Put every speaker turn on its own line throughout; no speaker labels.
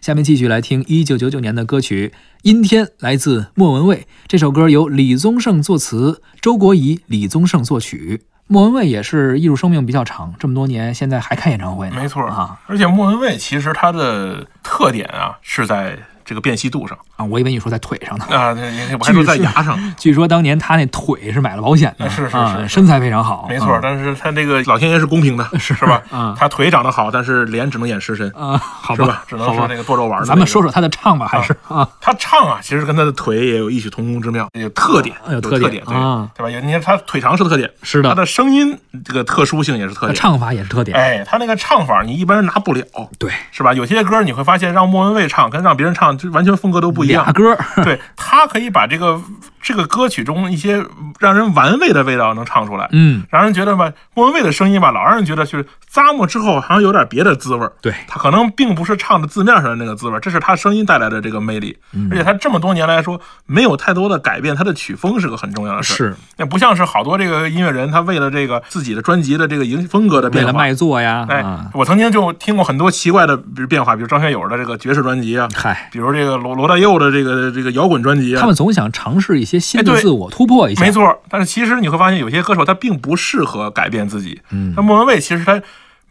下面继续来听一九九九年的歌曲《阴天》，来自莫文蔚。这首歌由李宗盛作词，周国仪、李宗盛作曲。莫文蔚也是艺术生命比较长，这么多年，现在还开演唱会呢。
没错
啊
而且莫文蔚其实他的特点啊是在这个辨析度上
啊，我以为你说在腿上呢。
啊，那那我还说在牙上，
据说当年他那腿是买了保险的，
啊是是是
啊
是
身材非常好。
没错。
啊
但是他这个老天爷是公 平的，是是吧？
嗯
他腿长得好，但是脸只能演尸身，
啊，好
是吧
吧，？
只能说
好吧
那个多肉丸子。
咱们说说他的唱吧，还是啊，
他唱啊，其实跟他的腿也有异曲同工之妙，有特点，
啊有特
特
点
点，
啊
对对吧？有你看他腿长是特点，
是的
他的声音这个特殊性也是特
他
点。
唱法也是特点。
哎，他那个唱法你一般人拿不了，
对，
是吧？有些歌你会发现让莫文蔚唱跟让别人唱，就完全风格都不
俩
一样。
歌，
对他可以把这个这个歌曲中一些让人玩味的味道能唱出来，
嗯，
让人觉得吧，莫文蔚的声音吧，老让人觉得就是咂摸之后好像有点别的滋味儿。
对，
他可能并不是唱的字面上的那个滋味儿，这是他声音带来的这个魅力。
嗯
而且他这么多年来说，没有太多的改变，他的曲风是个很重要的事。，
是
那不像是好多这个音乐人，他为了这个自己的专辑的这个影风格的
为
变
了
化。
卖座呀，
哎
啊，，
我曾经就听过很多奇怪的比如变化，比如张学友的这个爵士专辑啊，
嗨，
比如这个罗罗大佑的这个这个摇滚专辑啊，
他们总想尝试一些新的
哎对
自我，突破一下。
没，错，但是其实你会发现，有些歌手他并不适合改变自己。
嗯
那莫文蔚其实他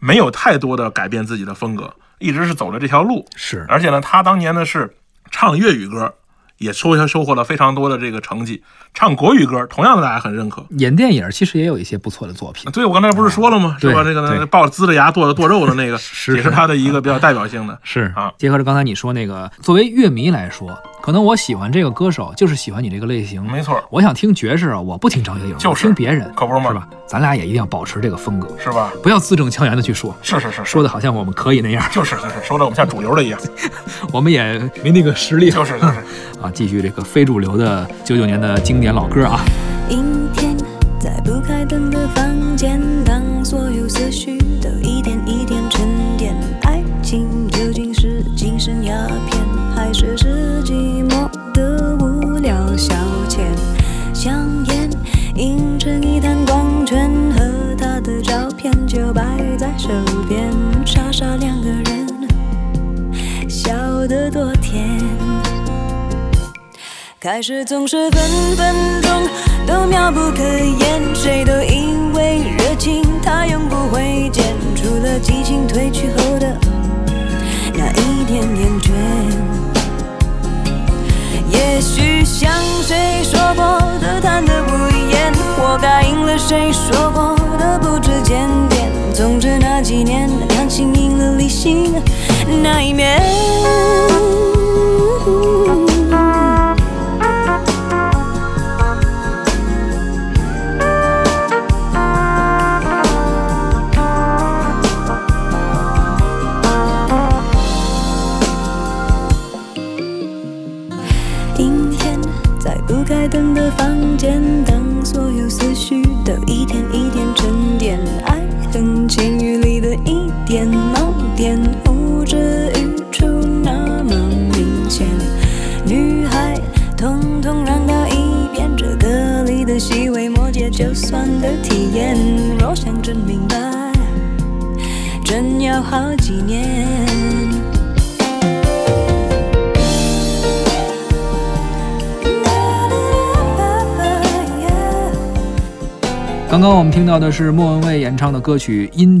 没有太多的改变自己的风格，一直是走着这条路。
是
而且呢，他当年呢是唱粤语歌，也收收获了非常多的这个成绩；唱国语歌，同样的大家很认可。
演电影其实也有一些不错的作品。
对，我刚才不是说了吗？是吧？
嗯对
这个
对
呢，抱着呲着牙剁着剁肉的那个，
是
也是他的一个比较代表性的。
是
啊
结合着刚才你说那个，作为乐迷来说，可能我喜欢这个歌手，就是喜欢你这个类型。
没错，
我想听爵士啊，我不听张学友，
就是
我听别人，
可不是吗
是吧？咱俩也一定要保持这个风格，
是吧？
不要字正腔圆的去说，
是是是是，
说的好像我们可以那样，
就是就是，说的我们像主流的一样，
我们也没那个实 力。
就是就是。
啊，继续这个非主流的九九年的经典老歌啊。
阴天，在不开灯的房间，当所有思绪都一点一点沉淀，爱情究竟是精神鸦片，还是是寂寞的无聊消遣？香烟映成一滩光圈，和他的照片就摆在手边，傻傻两个人，笑得多甜。开始总是分分钟都妙不可言，谁都以为热情它永不会减，除了激情褪去后的那一点厌倦。也许像谁说过的贪得无厌，活该应了谁说过的不知检点。总之那几年，感情赢了理性那一面。阴天，在不开灯的房间，当所有思绪都一点一点沉淀，爱恨情欲里的一点盲点，呼之欲出那么明显。女孩，统统让到一边，这歌里的细微末节就算的体验，若想真明白，真要好几年。
刚刚我们听到的是莫文蔚演唱的歌曲《阴天》。